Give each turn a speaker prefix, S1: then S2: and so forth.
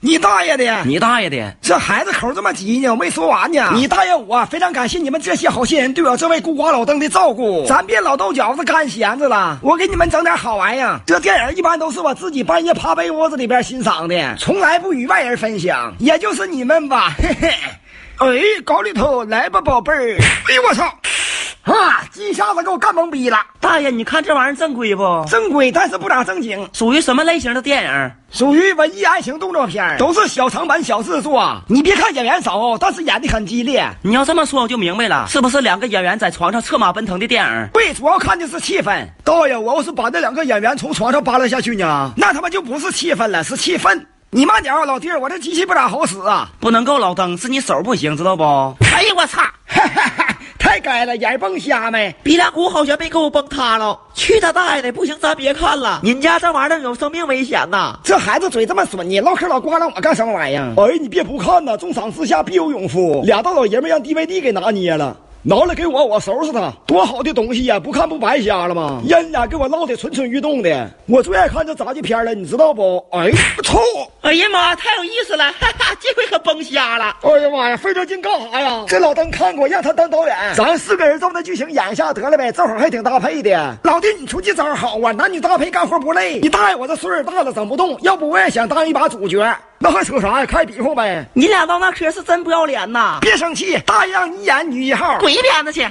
S1: 你大爷的！
S2: 你大爷的！
S1: 这孩子口这么急呢，我没说完呢。你大爷我啊非常感谢你们这些好心人对我这位孤寡老登的照顾，咱别老豆饺子干闲着了，我给你们整点好玩意儿。这电影一般都是我自己半夜趴被窝子里边欣赏的，从来不与外人分享，也就是你们吧。嘿嘿，哎，高里头来吧，宝贝儿。哎呦我操！啊！一下子给我干懵逼了。
S2: 大爷，你看这玩意儿正规不？
S1: 正规，但是不咋正经，
S2: 属于什么类型的电影？
S1: 属于文艺爱情动作片儿，都是小成本小制作。你别看演员少，但是演的很激烈。
S2: 你要这么说，我就明白了，是不是两个演员在床上策马奔腾的电影？
S1: 对，主要看的是气氛。大爷，我要是把那两个演员从床上扒拉下去呢，那他妈就不是气氛了，是气愤。你慢点啊，老弟儿，我这机器不咋好使啊。
S2: 不能够，老登，是你手不行，知道不？哎呀，我操！
S1: 太该了，眼蹦瞎没？
S2: 鼻梁骨好像被给我崩塌了！去他大爷的！不行，咱别看了，您家这玩意儿有生命危险呐！
S1: 这孩子嘴这么损，你唠嗑老瓜让我干什么玩意儿？哎，你别不看呐，重赏之下必有勇夫，俩大老爷们让 DVD 给拿捏了。拿来给我，我收拾他。多好的东西呀、不看不白瞎了吗？人俩给我唠的蠢蠢欲动的。我最爱看这杂技片了，你知道不？哎，操！
S2: 哎呀妈，太有意思了，哈哈，这回可崩瞎了！
S1: 哎呀妈呀，费这劲干啥呀？这老登看过，让他当导演，咱四个人照那剧情演一下得了呗，正好还挺搭配的。老弟，你出这招好啊，男女搭配干活不累。你大爷，我这岁数大了，整不动，要不我也想当一把主角。那还扯啥呀？开比划呗！
S2: 你俩唠那嗑是真不要脸呐！
S1: 别生气，大爷让你演女一号，
S2: 滚一边子去！